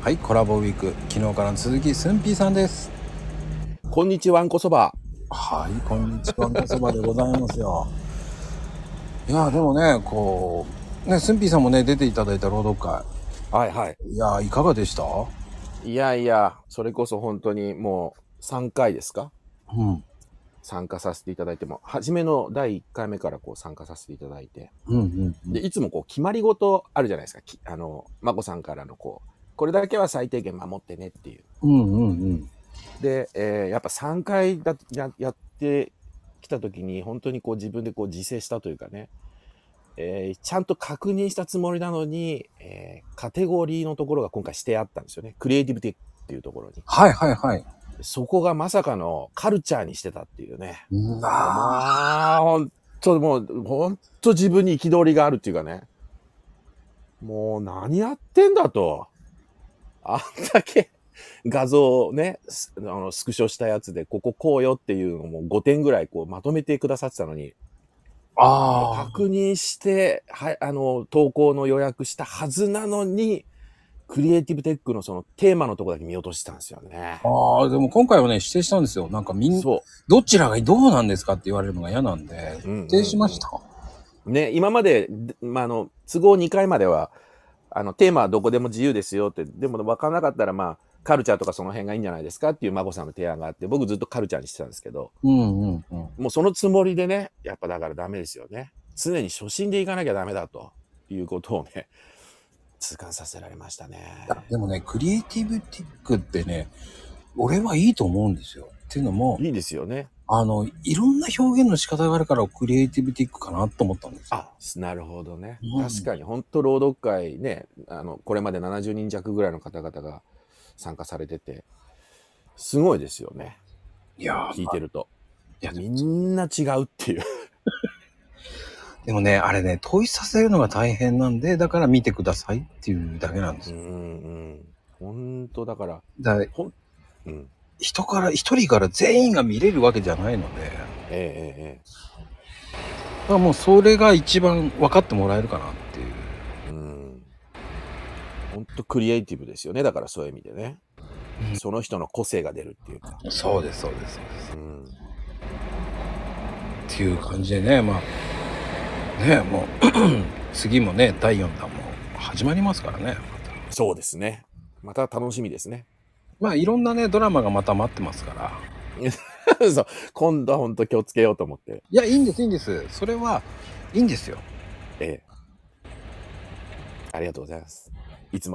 はいコラボウィーク昨日からの続きすんぴーさんですこんにちは、わんこそば。はいこんにちはこそばでございますよ いやでもねこうねすんぴーさんもね出ていただいた朗読会はいはい。いやいかがでしたいやいや、それこそ本当にもう3回ですかうん参加させていただいても、初めの第1回目からこう参加させていただいて。うんうんうんで、いつもこう決まり事あるじゃないですか。きあの、まこさんからのこう、これだけは最低限守ってねっていう。うんうんうんで、えーやっぱ3回だややってきた時に、本当にこう自分でこう自制したというかね、えーちゃんと確認したつもりなのに、えーカテゴリーのところが今回してあったんですよね。クリエイティブティっていうところに。はいはいはいそこがまさかのカルチャーにしてたっていうね。なあまあ、ほんと、もう、ほんと自分に憤りがあるっていうかね。もう何やってんだと。あんだけ画像をね、スあのスクショしたやつで、こここうよっていうのも5点ぐらいこうまとめてくださってたのに、あ確認して、はい、あの、投稿の予約したはずなのに、クリエイティブテックのそのテーマのとこだけ見落としてたんですよね。あーでも今回はね指定したんですよなんかみんそどちらがどうなんですかって言われるのが嫌なんでう。うんうんうん指定しました、ね、今まで、でまあ、あの都合2回まではあのテーマはどこでも自由ですよってでも分からなかったら、まあ、カルチャーとかその辺がいいんじゃないですかっていう孫さんの提案があって僕ずっとカルチャーにしてたんですけどうんうんうんもうそのつもりでねやっぱだからダメですよね常に初心でいかなきゃダメだということをね痛感させられましたねいやでもね、クリエイティブティックってね、俺はいいと思うんですよ。っていうのも、いいですよねあの、いろんな表現の仕方があるからクリエイティブティックかなと思ったんですよ。あなるほどね、うん確かに本当朗読会ねあのこれまで70人弱ぐらいの方々が参加されててすごいですよねいやー聞いてるといやでみんな違うっていうでもね、あれね、問いさせるのが大変なんで、だから見てくださいっていうだけなんですうんよ。うん本当だからだからうん人から、一人から全員が見れるわけじゃないので、だえええからもうそれが一番分かってもらえるかなっていう。えええうん本当クリエイティブですよねだからそういう意味でね、うんその人の個性が出るっていうか、そうです、そうです、そうです。うん、っていう感じでねまあねもう 次もね第4弾も始まりますからねまたそうですねまた楽しみですね まあいろんなねドラマがまた待ってますからそう今度は本当気をつけようと思っていやいいんですいいんですそれはいいんですよええありがとうございますいつも